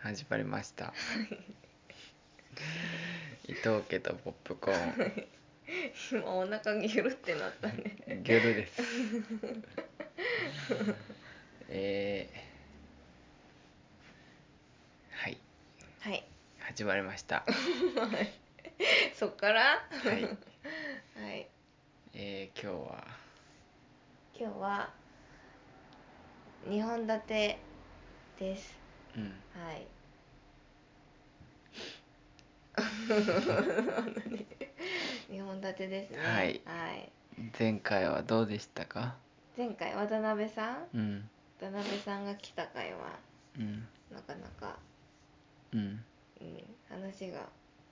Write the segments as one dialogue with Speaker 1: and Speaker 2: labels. Speaker 1: 始まりました伊藤家とポップコー
Speaker 2: 今お腹ギュルってなったね
Speaker 1: ンギュルですえー、はい
Speaker 2: はい
Speaker 1: 始まりました
Speaker 2: そっからは
Speaker 1: はい、
Speaker 2: い
Speaker 1: えー、今日は
Speaker 2: 今日は2本立てです
Speaker 1: うん
Speaker 2: はい 2本立てですね
Speaker 1: はい
Speaker 2: はい
Speaker 1: 前回はどうでしたか
Speaker 2: 前回渡辺さ
Speaker 1: う
Speaker 2: ん
Speaker 1: ん
Speaker 2: 渡辺さんが来た回は
Speaker 1: うん
Speaker 2: なかなか、
Speaker 1: うん
Speaker 2: うん、話が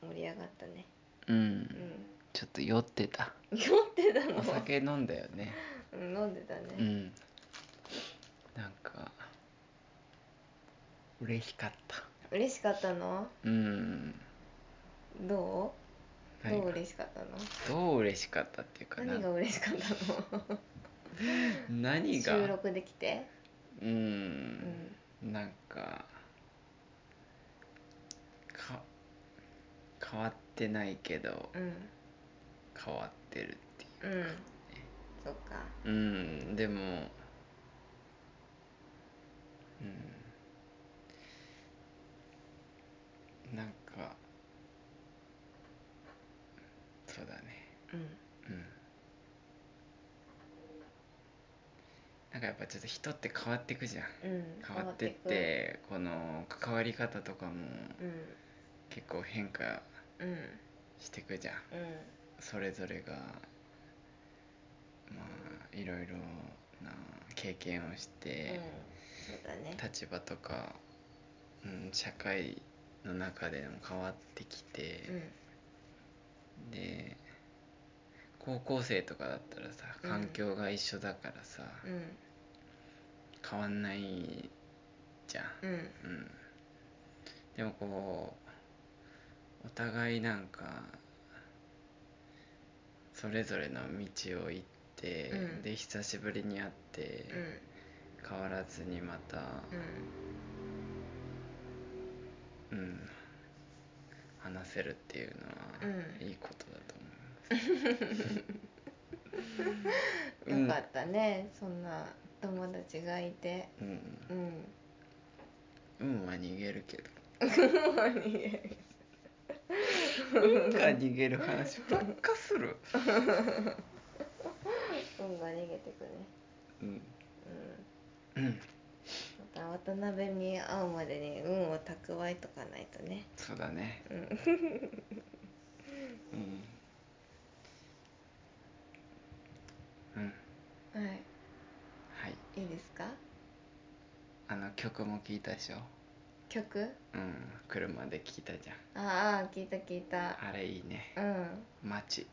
Speaker 2: 盛り上がったね
Speaker 1: うん、
Speaker 2: う
Speaker 1: ちょっと酔ってた
Speaker 2: ん酔ってたの
Speaker 1: お酒飲んだよね
Speaker 2: うん飲んでたね、
Speaker 1: うんなんか嬉しかった
Speaker 2: 嬉しかったの
Speaker 1: うん
Speaker 2: どうど
Speaker 1: 何
Speaker 2: う
Speaker 1: が
Speaker 2: 嬉しかったの
Speaker 1: どう嬉しかったっていうかな
Speaker 2: 何が嬉しかったの
Speaker 1: 何が
Speaker 2: 収録できて
Speaker 1: う
Speaker 2: うんん
Speaker 1: なんかか変わってないけど
Speaker 2: うん
Speaker 1: 変わってるってい
Speaker 2: うんそっか
Speaker 1: ううんでもうんなんかそうだね
Speaker 2: うん
Speaker 1: うんなんかやっぱちょっと人って変わっていくじゃん
Speaker 2: うん
Speaker 1: 変わってっ
Speaker 2: く
Speaker 1: てこの関わり方とかも
Speaker 2: うん
Speaker 1: 結構変化
Speaker 2: うん
Speaker 1: していくじゃん
Speaker 2: うん
Speaker 1: それぞれがまあいろいろな経験をし
Speaker 2: うん
Speaker 1: て、
Speaker 2: そうだね
Speaker 1: 立場とか、うん、社会の中でも変わってきて、
Speaker 2: うん
Speaker 1: で高校生とかだったらさ
Speaker 2: うん
Speaker 1: 環境が一緒だからさ、
Speaker 2: うん
Speaker 1: 変わんないじゃん、
Speaker 2: うん
Speaker 1: うん、でもこうお互いなんかそれぞれの道を行って、
Speaker 2: うん
Speaker 1: で久しぶりに会って、
Speaker 2: うん
Speaker 1: 変わらずにまた、
Speaker 2: うん
Speaker 1: うん話せるっていうのは、
Speaker 2: うん
Speaker 1: いいことだと思いま
Speaker 2: よか
Speaker 1: す。
Speaker 2: ったねそんな友達がいて
Speaker 1: うん、
Speaker 2: うん
Speaker 1: うん、運は逃げる けど。
Speaker 2: 何
Speaker 1: 運が逃げる話ばっかする。
Speaker 2: 運が逃げてくね
Speaker 1: うん、
Speaker 2: うん
Speaker 1: うん、
Speaker 2: また渡辺に会うまでに運を蓄えとかないとね
Speaker 1: そうだね。
Speaker 2: うん
Speaker 1: うん。うん、
Speaker 2: は
Speaker 1: は
Speaker 2: い
Speaker 1: い、
Speaker 2: いいですか
Speaker 1: あの曲も聞いたでしょ。
Speaker 2: 曲
Speaker 1: うん、車で聞いたじゃん。
Speaker 2: ああ聞いた聞いた
Speaker 1: あれいいね。
Speaker 2: うん
Speaker 1: 街。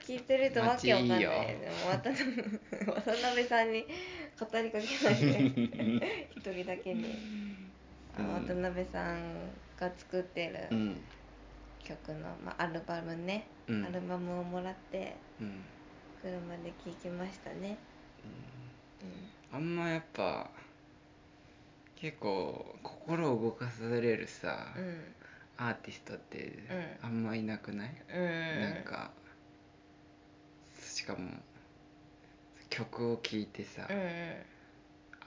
Speaker 2: 聞いてるとわけわかんないよ
Speaker 1: マジいいよ
Speaker 2: でも渡辺 渡辺さんに語りかけないで一人だけにあの
Speaker 1: うん
Speaker 2: 渡辺さんが作って
Speaker 1: う
Speaker 2: る
Speaker 1: ん、
Speaker 2: 曲の、まあ、アルバムね、
Speaker 1: うん
Speaker 2: アルバムをもらって
Speaker 1: うん。
Speaker 2: 車で聴きましたねう
Speaker 1: あんまやっぱ結構心を動かされるさ、
Speaker 2: んうん
Speaker 1: アーティストって
Speaker 2: うん
Speaker 1: あんまいなくない、
Speaker 2: うん
Speaker 1: なんかしかも曲を聴いてさ、
Speaker 2: うんうん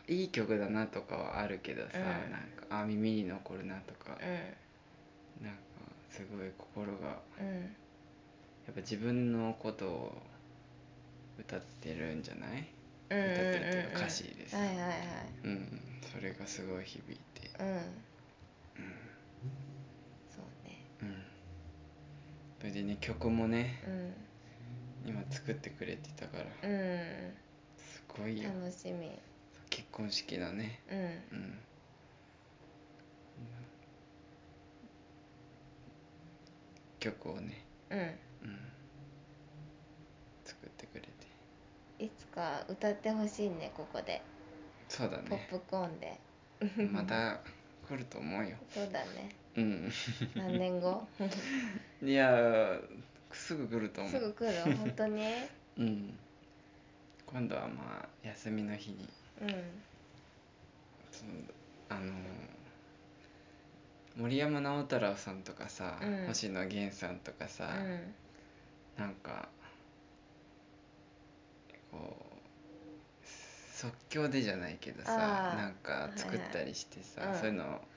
Speaker 1: いい曲だなとかはあるけどさ、
Speaker 2: うん
Speaker 1: なんかあ耳に残るなとか、
Speaker 2: うん
Speaker 1: なんかすごい心がや
Speaker 2: うん
Speaker 1: っぱ自分のことを歌ってるんじゃない、
Speaker 2: うんうん
Speaker 1: 歌って
Speaker 2: うん
Speaker 1: るっていう
Speaker 2: うん
Speaker 1: か歌詞です
Speaker 2: はい
Speaker 1: ね
Speaker 2: はいはい
Speaker 1: うん、それがすごい響いて。
Speaker 2: うんそうね
Speaker 1: うんそれでね曲もね
Speaker 2: う
Speaker 1: 今作ってくれてたから
Speaker 2: んう
Speaker 1: すごい
Speaker 2: ん
Speaker 1: よ
Speaker 2: 楽しみ
Speaker 1: 結婚式のね
Speaker 2: うん
Speaker 1: うん曲をね、
Speaker 2: うん
Speaker 1: うん、作ってくれて
Speaker 2: いつか歌ってほしいねここで
Speaker 1: そうだ
Speaker 2: ポ
Speaker 1: ね
Speaker 2: ップコーンで
Speaker 1: また来ると思うよ
Speaker 2: そうだね
Speaker 1: うん
Speaker 2: 何年後
Speaker 1: いやーすぐ来ると思
Speaker 2: すぐ
Speaker 1: う、
Speaker 2: 来る本当に
Speaker 1: うん、今度はまあ休みの日に
Speaker 2: うん
Speaker 1: そのあの森山直太朗さんとかさ、
Speaker 2: うん
Speaker 1: 星野源さんとかさ、
Speaker 2: うん
Speaker 1: なんかこう即興でじゃないけど
Speaker 2: あ
Speaker 1: さ
Speaker 2: ー
Speaker 1: なんか作ったりしてさ、
Speaker 2: はいはいうん
Speaker 1: そういうの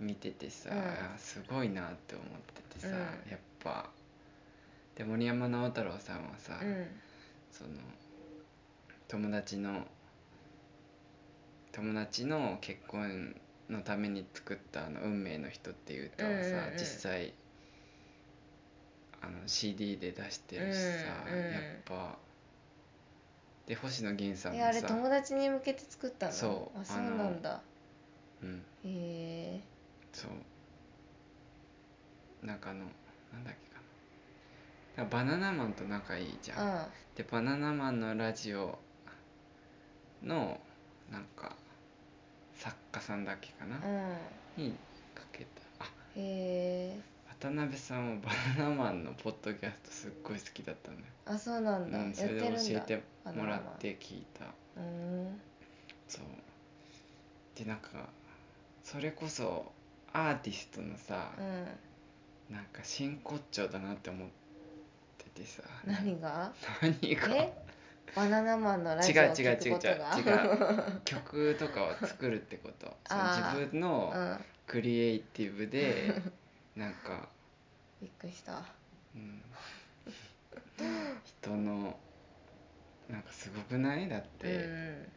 Speaker 1: 見ててさ、
Speaker 2: うん
Speaker 1: すごいなって思っててさ、
Speaker 2: うん
Speaker 1: やっぱで森山直太朗さんはさ、
Speaker 2: うん
Speaker 1: その友達の友達の結婚のために作ったあの「運命の人」っていう歌はさ、
Speaker 2: うんうんうん
Speaker 1: 実際あの CD で出してるしさ、
Speaker 2: うんうん
Speaker 1: やっぱで星野源さん
Speaker 2: えあ
Speaker 1: も
Speaker 2: れ
Speaker 1: さ、
Speaker 2: 友達に向けて作ったの
Speaker 1: そう
Speaker 2: あそうなんだ
Speaker 1: うん、
Speaker 2: へえ
Speaker 1: そうなんかあのなんだっけかなだからバナナマンと仲いいじゃん
Speaker 2: あ
Speaker 1: でバナナマンのラジオのなんか作家さんだっけかな
Speaker 2: うんうん
Speaker 1: にかけたあ
Speaker 2: へえ
Speaker 1: 渡辺さんはバナナマンのポッドキャストすっごい好きだったのよ、
Speaker 2: あそうなんだ、
Speaker 1: うん、そ
Speaker 2: やっ
Speaker 1: れ
Speaker 2: て
Speaker 1: で
Speaker 2: るん
Speaker 1: 教
Speaker 2: だ
Speaker 1: えてもらって聞いた
Speaker 2: うん
Speaker 1: そうでなんかそれこそアーティストのさ、
Speaker 2: うん
Speaker 1: なんか真骨頂だなって思っててさ
Speaker 2: 何が
Speaker 1: 何が
Speaker 2: えバナナマンのラ
Speaker 1: 違う
Speaker 2: ジ
Speaker 1: 違
Speaker 2: オを
Speaker 1: う
Speaker 2: 聞く
Speaker 1: 違う違
Speaker 2: ことが
Speaker 1: う違う曲とかを作るってことその
Speaker 2: あー
Speaker 1: 自分の
Speaker 2: うん
Speaker 1: クリエイティブ でなんか、
Speaker 2: びっくりした
Speaker 1: うん、人のなんかすごくないだっ
Speaker 2: うんう
Speaker 1: て、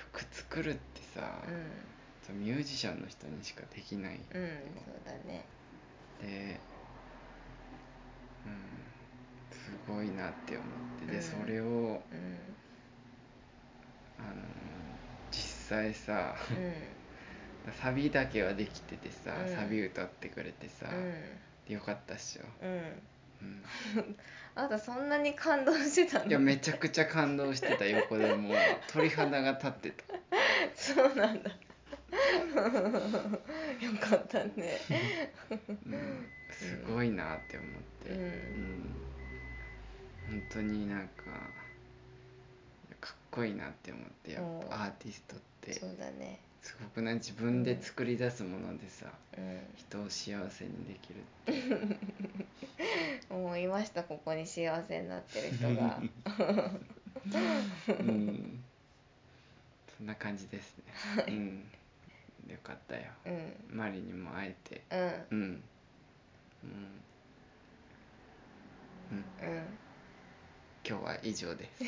Speaker 1: 曲作るってさ、
Speaker 2: ん
Speaker 1: そのミュージシャンの人にしかできない
Speaker 2: うんうんそうだね
Speaker 1: で、うん、すごいなって思ってで、
Speaker 2: うん
Speaker 1: それを
Speaker 2: うん
Speaker 1: あの実際さ
Speaker 2: う
Speaker 1: サビだけはできててさ、
Speaker 2: うん
Speaker 1: サビ歌ってくれてさ、
Speaker 2: ん
Speaker 1: でよかったっしょ、
Speaker 2: うんうん
Speaker 1: うん
Speaker 2: あなたそんなに感動してたの
Speaker 1: いやめちゃくちゃ感動してた横でもう鳥肌が立ってた
Speaker 2: そうなんだ よかったね
Speaker 1: うんすごいなって思って、
Speaker 2: うん
Speaker 1: うん本当になんかかっこいいなって思ってやっぱ
Speaker 2: うん
Speaker 1: アーティストって
Speaker 2: そうだね
Speaker 1: すごくない自分で作り出すものでさ
Speaker 2: う
Speaker 1: 人を幸せにできる
Speaker 2: んもういましたここに幸せになってる人 が
Speaker 1: うんそんな感じですね、うんよかったよ
Speaker 2: うん
Speaker 1: マリにも会えて
Speaker 2: うん
Speaker 1: うんうんうん
Speaker 2: うん
Speaker 1: 今日は以上です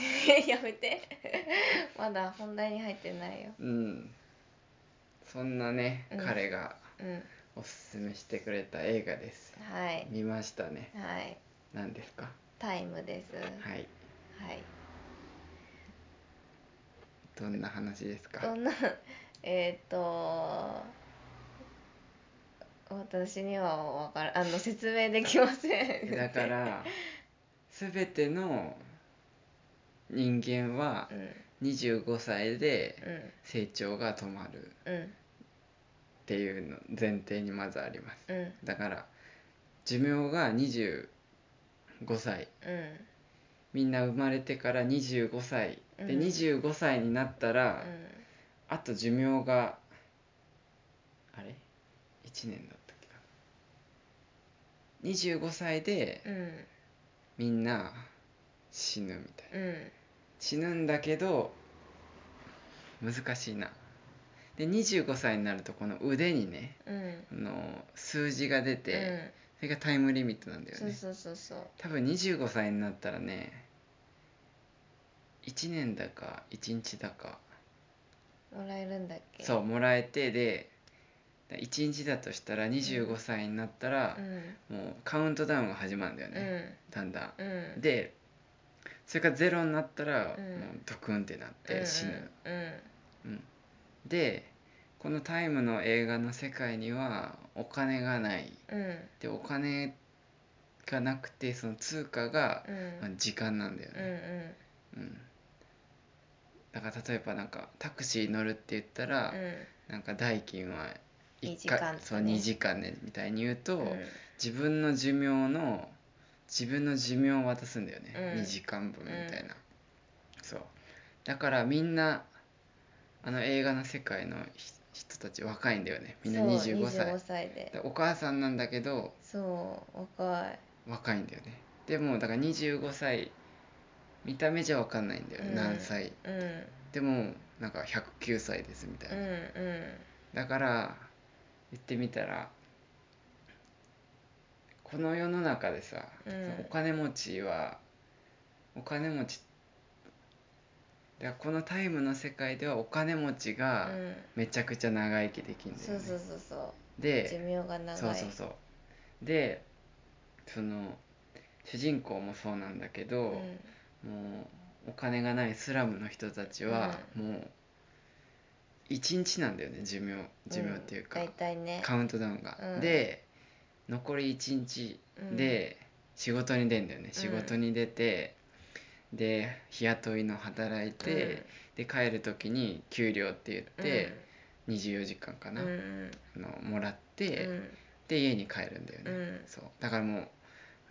Speaker 2: やめて まだ本題に入ってないよ
Speaker 1: うんそんなね、
Speaker 2: うん
Speaker 1: 彼が
Speaker 2: うん
Speaker 1: おすすめしてくれた映画です
Speaker 2: はい
Speaker 1: 見ましたね
Speaker 2: はい
Speaker 1: 何ですか
Speaker 2: タイムです
Speaker 1: はい
Speaker 2: はい
Speaker 1: どんな話ですか
Speaker 2: どんなえーっと私にはわからあの説明できません
Speaker 1: だから全ての人間は
Speaker 2: うん
Speaker 1: 25歳で
Speaker 2: うん
Speaker 1: 成長が止まるっ
Speaker 2: うん
Speaker 1: ていうの前提にまずあります
Speaker 2: うん
Speaker 1: だから寿命が25歳
Speaker 2: うん
Speaker 1: みんな生まれてから25歳で、
Speaker 2: うん
Speaker 1: 25歳になったら、
Speaker 2: う
Speaker 1: あと寿命があれ1年だったっけかな25歳で
Speaker 2: んうん
Speaker 1: みんな死ぬみたいな
Speaker 2: うん
Speaker 1: 死ぬんだけど難しいなで25歳になるとこの腕にね
Speaker 2: うん
Speaker 1: あの数字が出て、
Speaker 2: うん
Speaker 1: それがタイムリミットなんだよ
Speaker 2: そう
Speaker 1: ね
Speaker 2: そうそうそう
Speaker 1: 多分25歳になったらね1年だか1日だか
Speaker 2: もらえるんだっけ
Speaker 1: そうもらえてで1日だとしたら25歳になったら
Speaker 2: う、ん
Speaker 1: もうカウントダウンが始まるんだよ
Speaker 2: う
Speaker 1: ね、
Speaker 2: ん
Speaker 1: だんだん、
Speaker 2: うん
Speaker 1: でそれからゼロになったら、
Speaker 2: うん
Speaker 1: もうドクンってなって死ぬ、
Speaker 2: うん
Speaker 1: うんでこの「タイムの映画の世界にはお金がない
Speaker 2: うんうん
Speaker 1: でお金がなくてその通貨が
Speaker 2: う、
Speaker 1: まあ
Speaker 2: ん
Speaker 1: 時間なんだよ
Speaker 2: う
Speaker 1: ね、
Speaker 2: ん
Speaker 1: うんだから例えばなんかタクシー乗るって言ったら、なんか代金は
Speaker 2: 二
Speaker 1: 一回
Speaker 2: 時間とかね
Speaker 1: そう2時間ねみたいに言うと、
Speaker 2: うん
Speaker 1: 自分の寿命の自分の寿命を渡すんだよね、
Speaker 2: うん
Speaker 1: 2時間分みたいな、そうだからみんなあの映画の世界のひ人たち若いんだよねみんな
Speaker 2: そう
Speaker 1: 25歳
Speaker 2: 25歳で
Speaker 1: でお母さんなんだけど
Speaker 2: そう若い
Speaker 1: 若いんだよねでもだから25歳見た目じゃ分かんないんだよね、
Speaker 2: うん
Speaker 1: 何歳
Speaker 2: うん
Speaker 1: でもなんか109歳ですみたいな
Speaker 2: う、んうん
Speaker 1: だから言ってみたらこの世の中でさ、
Speaker 2: うん
Speaker 1: お金持ちはお金持ちだからこのタイムの世界ではお金持ちが
Speaker 2: うん
Speaker 1: めちゃくちゃ長生きできるんだ
Speaker 2: そ
Speaker 1: よ
Speaker 2: う
Speaker 1: ね、
Speaker 2: そうそうそう寿
Speaker 1: で
Speaker 2: 命が長い
Speaker 1: そうそうそうでその主人公もそうなんだけど、
Speaker 2: うん
Speaker 1: もうお金がないスラムの人たちはもう1日なんだよね寿命寿命っていうか、
Speaker 2: ん大体ね
Speaker 1: カウントダウンが、
Speaker 2: うん
Speaker 1: で残り1日で仕事に出るんだよね、仕事に出てで日雇いの働いて、、で帰る時に給料って言
Speaker 2: うん
Speaker 1: って、24時間か
Speaker 2: うん
Speaker 1: な、
Speaker 2: うん
Speaker 1: あのもらって、
Speaker 2: うん
Speaker 1: で家に帰るんだよね、
Speaker 2: うん
Speaker 1: そうだからもう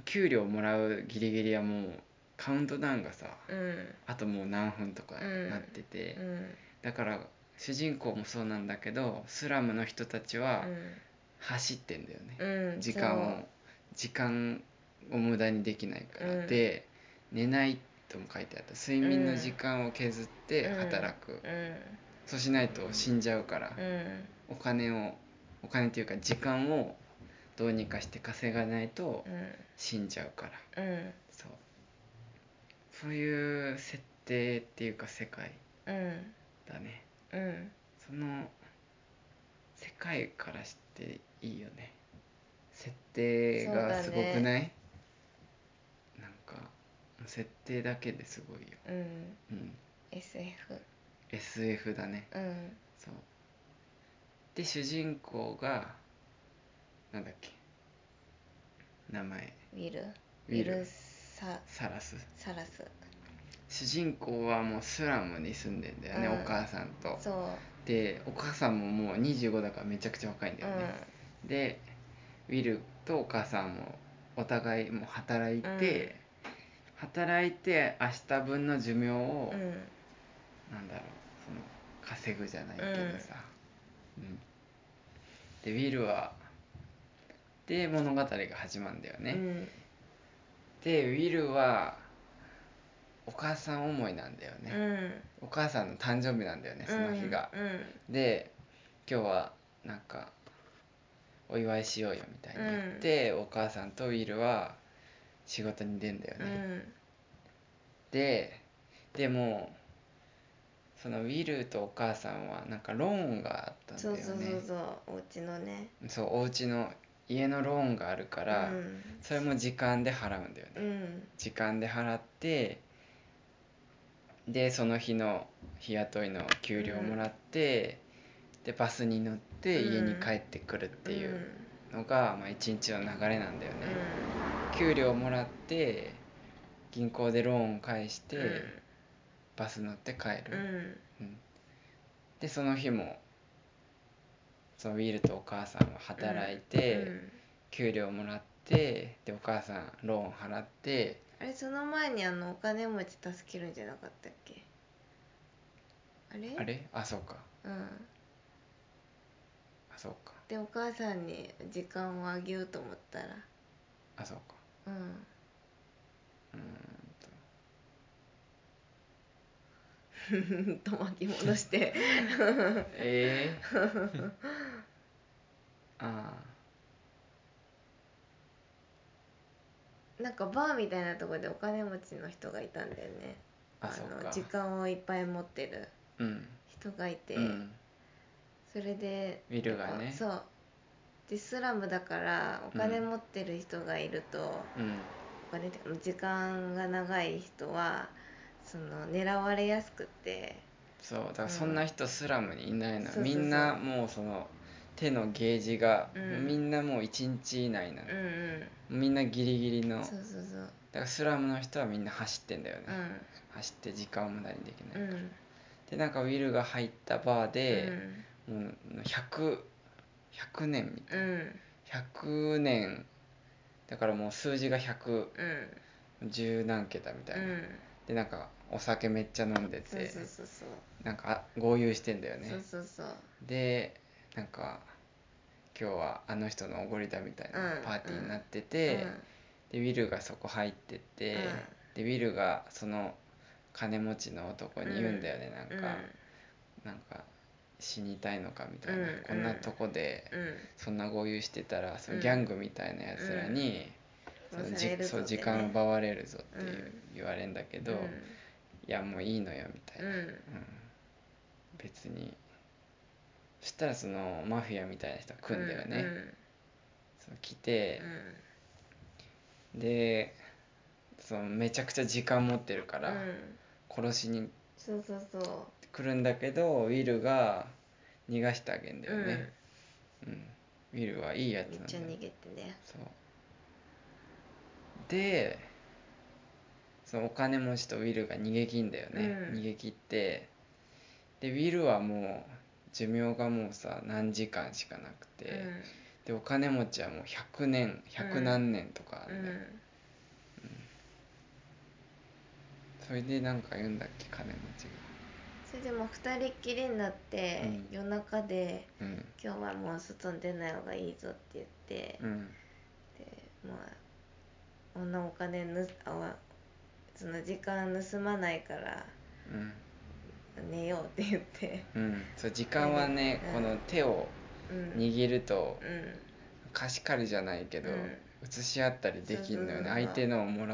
Speaker 1: 給料もらうギリギリはもうカウントダウンがさ、
Speaker 2: うん
Speaker 1: あともう何分とか
Speaker 2: うん
Speaker 1: なってて、
Speaker 2: うん
Speaker 1: だから主人公もそうなんだけどスラムの人たちは走ってんだよね、
Speaker 2: うんうん
Speaker 1: 時間を時間を無駄にできないから、
Speaker 2: うん
Speaker 1: で寝ないとも書いてあった睡眠の時間を削って働く、
Speaker 2: そううん
Speaker 1: そうしないと死んじゃうから、
Speaker 2: うん
Speaker 1: お金をお金っていうか時間をどうにかして稼がないと
Speaker 2: うん
Speaker 1: 死んじゃうから、
Speaker 2: うん
Speaker 1: そうそういう設定っていうか世界
Speaker 2: うん
Speaker 1: だね
Speaker 2: うん
Speaker 1: その世界からしていいよね設定がすごくない、なんか設定だけですごいよ
Speaker 2: うん
Speaker 1: うん
Speaker 2: SF
Speaker 1: SF だね
Speaker 2: うん
Speaker 1: そうで主人公がなんだっけ名前
Speaker 2: ウィル
Speaker 1: ウィ
Speaker 2: ウィル
Speaker 1: ル
Speaker 2: サ
Speaker 1: サラス
Speaker 2: サラス
Speaker 1: 主人公はもうスラムに住んでんだよね、
Speaker 2: うん
Speaker 1: お母さんと
Speaker 2: そう
Speaker 1: でお母さんももう25だからめちゃくちゃ若いんだよね、でウィルとお母さんもお互いもう働いて、働いて明日分の寿命を、
Speaker 2: うんうん
Speaker 1: なんだろうその稼ぐじゃないけどさ、うんでウィルはで物語が始まるんだよね、
Speaker 2: うん
Speaker 1: でウィルはお母さん思いなんだよね、お母さんの誕生日なんだよねその日が、
Speaker 2: うん
Speaker 1: で今日はなんかお祝いしようよみたいに言って、お母さんとウィルは仕事に出るんだよ
Speaker 2: う
Speaker 1: ね、
Speaker 2: ん
Speaker 1: ででもそのウィルとお母さんはなんかローンがあったんだ
Speaker 2: そ
Speaker 1: よ
Speaker 2: う
Speaker 1: ね
Speaker 2: そうそうそうお家のね
Speaker 1: そうお家の家のローンがあるから、
Speaker 2: うん
Speaker 1: それも時間で払うんだよね、
Speaker 2: うん
Speaker 1: 時間で払ってでその日の日雇いの給料をもらって、でバスに乗って
Speaker 2: うん
Speaker 1: 家に帰ってくるっていうのが、まあ、一日の流れなんだよね、給料をもらって銀行でローンを返して、バス乗って帰
Speaker 2: うんう
Speaker 1: る、う
Speaker 2: ん
Speaker 1: んでその日もそのウィルとお母さんは働いて、
Speaker 2: うん
Speaker 1: 給料もらってでお母さんローン払って
Speaker 2: あれその前にあのお金持ち助けるんじゃなかったっけあれ
Speaker 1: あれあそうか
Speaker 2: うん
Speaker 1: あそうか
Speaker 2: でお母さんに時間をあげようと思ったら
Speaker 1: あそうか
Speaker 2: うん
Speaker 1: うーん と
Speaker 2: と巻き戻して
Speaker 1: ええ あ
Speaker 2: なんかバーみたいなとこでお金持ちの人がいたんだよね
Speaker 1: ああそうか
Speaker 2: の時間をいっぱい持ってる
Speaker 1: うん、
Speaker 2: 人がいて、
Speaker 1: うん、
Speaker 2: それで
Speaker 1: ウィルがね
Speaker 2: そうでスラムだからお金持ってる人がいると、
Speaker 1: うん
Speaker 2: お金っていうか時間が長い人はその狙われやすくて
Speaker 1: そうだからそんな人スラムにいないの、
Speaker 2: そうそうそう
Speaker 1: みんなもうその手のゲージが、
Speaker 2: うん
Speaker 1: みんなもう1日以内なの
Speaker 2: うん、うん
Speaker 1: みんなギリギリのだ
Speaker 2: そうそうそう
Speaker 1: からスラムの人はみんな走ってんだよね、
Speaker 2: う
Speaker 1: 走って時間を無駄にできない、
Speaker 2: んうん
Speaker 1: でなんかウィルが入ったバーで、もう100100年みた
Speaker 2: う
Speaker 1: い
Speaker 2: ん
Speaker 1: な、100年だからもう数字が100
Speaker 2: うん
Speaker 1: 十何桁みたいな、
Speaker 2: うん
Speaker 1: でなんかお酒めっちゃ飲んで
Speaker 2: そう
Speaker 1: て
Speaker 2: そうそうそう
Speaker 1: なんかあ豪遊してんだよね
Speaker 2: そうそうそう
Speaker 1: でなんか今日はあの人のおごりだみたいな
Speaker 2: うん
Speaker 1: パーティーになってて、でウィルがそこ入ってって、でウィルがその金持ちの男に言うんだよね、
Speaker 2: うん
Speaker 1: なんか、なんか死にたいのかみたいな、
Speaker 2: うん
Speaker 1: こんなとこで
Speaker 2: うん
Speaker 1: そんな豪遊してたらその
Speaker 2: うん
Speaker 1: ギャングみたいなやつらに、
Speaker 2: うん
Speaker 1: その
Speaker 2: 殺され
Speaker 1: じ
Speaker 2: るぞ
Speaker 1: そう
Speaker 2: ってね
Speaker 1: 時間奪われるぞっていううん言われんだけど、
Speaker 2: うん
Speaker 1: いやもういいのよみたいな、
Speaker 2: うん
Speaker 1: うん別にそしたらそのマフィアみたいな人が来んだよね、そう来て
Speaker 2: うん、
Speaker 1: でそのめちゃくちゃ時間持ってるか
Speaker 2: うんう
Speaker 1: ら
Speaker 2: ん
Speaker 1: 殺しに
Speaker 2: そうそうそう
Speaker 1: 来るんだけどウィルが逃がしてあげんだよね、うんウィルはいいや
Speaker 2: うん、
Speaker 1: つ
Speaker 2: めっ
Speaker 1: なんだ
Speaker 2: ちゃ
Speaker 1: よ
Speaker 2: 逃げてね
Speaker 1: そうでそのお金持ちとウィルが逃げ切んだよね、
Speaker 2: うん
Speaker 1: 逃げ切ってでウィルはもう寿命がもうさ何時間しかなくて、でお金持ちはもう100年100何年とかあ
Speaker 2: う
Speaker 1: る
Speaker 2: ん
Speaker 1: ん
Speaker 2: う
Speaker 1: だよ、それでなんか言うんだっけ金持ち
Speaker 2: それでもう二人っきりになって、
Speaker 1: うん
Speaker 2: 夜中で
Speaker 1: がうん
Speaker 2: 「今日はもう外に出ない方がいいぞ」って言って、
Speaker 1: うん
Speaker 2: でまあ女お金ぬあわその時間盗まないから
Speaker 1: うん
Speaker 2: 寝ようって言って、
Speaker 1: うん、そう時間はね、
Speaker 2: うん
Speaker 1: この手を
Speaker 2: うん、
Speaker 1: 握ると
Speaker 2: うん
Speaker 1: 貸し借りじゃないけど、
Speaker 2: うん
Speaker 1: 写し合ったりできるのよね、
Speaker 2: そうそうそう
Speaker 1: 相手のをもら